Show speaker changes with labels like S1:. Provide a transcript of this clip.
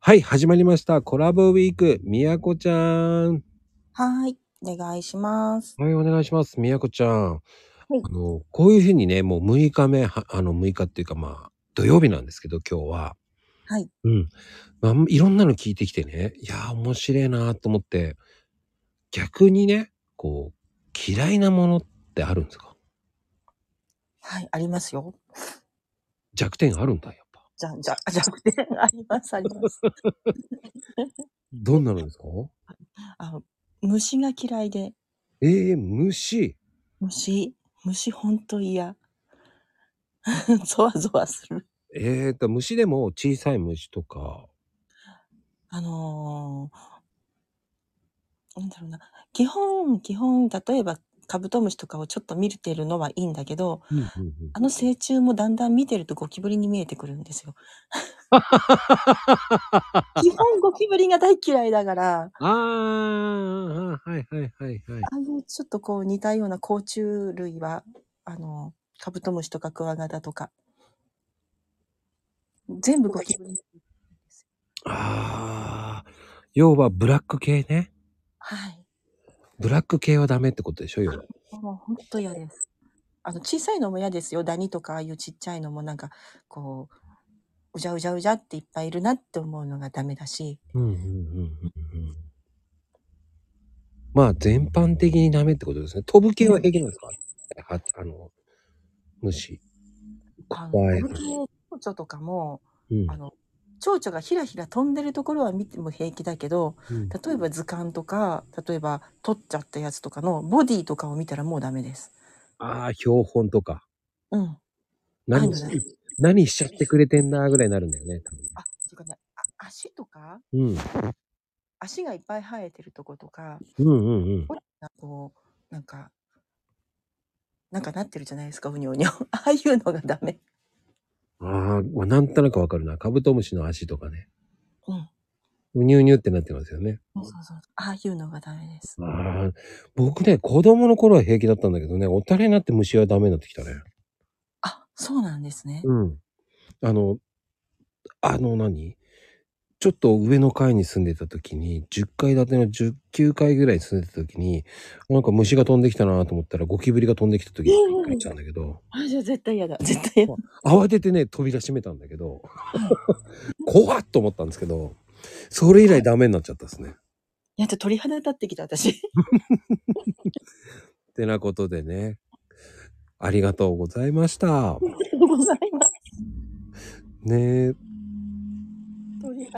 S1: はい、始まりました。コラボウィーク、みやこちゃん。
S2: はい、お願いします。
S1: はい、お願いします。みやこちゃん。
S2: はい。
S1: あの、こういう日にね、もう6日目、はあの、6日っていうかまあ、土曜日なんですけど、今日は。
S2: はい。
S1: うん。まあ、いろんなの聞いてきてね、いや、面白いなと思って、逆にね、こう、嫌いなものってあるんですか
S2: はい、ありますよ。
S1: 弱点あるんだ、やっぱ。
S2: じゃ、じゃ、弱点 あります、あります。
S1: どんなのですか
S2: あの、虫が嫌いで、
S1: ええ虫。
S2: 虫、虫ほんと嫌。 ゾワゾワする。
S1: えーと、虫でも小さい虫とか。
S2: あのー、なんだろうな。基本、基本、例えばカブトムシとかをちょっと見てるのはいいんだけど、
S1: うんうんうん。
S2: あの成虫もだんだん見てるとゴキブリに見えてくるんですよ。基本ゴキブリが大嫌いだから、
S1: あーあー、はいはいはいはい。
S2: あの、ちょっとこう似たような甲虫類は、あの、カブトムシとかクワガタとか、全部ゴキブリ。
S1: ああ、要はブラック系ね。
S2: はい。
S1: ブラック系はダメってことでしょ、要は。
S2: もうほんと嫌です。あの、小さいのも嫌ですよ。ダニとかああいうちっちゃいのもなんか、こう、うじゃうじゃうじゃっていっぱいいるなって思うのがダメだし、
S1: うんうんうんうんうん。まあ、全般的にダメってことですね。飛ぶ系は平気なんですかはあの、虫。
S2: あの、
S1: 怖い
S2: ゴキブリ蝶々とかも、
S1: うん。
S2: あの、蝶々がひらひら飛んでるところは見ても平気だけど、
S1: うん。
S2: 例えば図鑑とか、例えば取っちゃったやつとかのボディとかを見たらもうダメです。
S1: ああ、標本とか。
S2: うん。ああい
S1: 何
S2: うの
S1: し、
S2: ダメ。
S1: 何しちゃってくれてんだぐらいになるんだよね、多分ね。
S2: あ、っていうかね、あ足とか、
S1: うん。
S2: 足がいっぱい生えてるとことか、
S1: うんうんうん。
S2: おこう、なんか、なんかなってるじゃないですか、うにょうにょ。 ああいうのがダメ。
S1: ああ、まあ、なんとなくわかるな。カブトムシの足とかね。
S2: うん。
S1: うにゅうにゅってなってますよね。
S2: そうそうそう。ああいうのがダメです。
S1: ああ、僕ね、子供の頃は平気だったんだけどね、大人になって虫はダメになってきたね。
S2: あ、そうなんですね。
S1: うん。あの、あの何ちょっと上の階に住んでた時に、10階建ての10、9階ぐらいに住んでた時に、なんか虫が飛んできたなと思ったら、ゴキブリが飛んできた時に、
S2: うん
S1: 帰
S2: う
S1: っ
S2: ん。
S1: ちゃうんだけど、
S2: あ、じゃあ絶対嫌だ。絶対嫌だ。
S1: 慌ててね、扉閉めたんだけど、
S2: はい。
S1: 怖っと思ったんですけど、それ以
S2: は
S1: 来
S2: い。
S1: ダメになっちゃったですね。
S2: いや、ちょっと鳥肌立ってきた、私。
S1: ってなことでね、ありがとうございました。
S2: ありがとうございます。
S1: ねえ。
S2: 鳥肌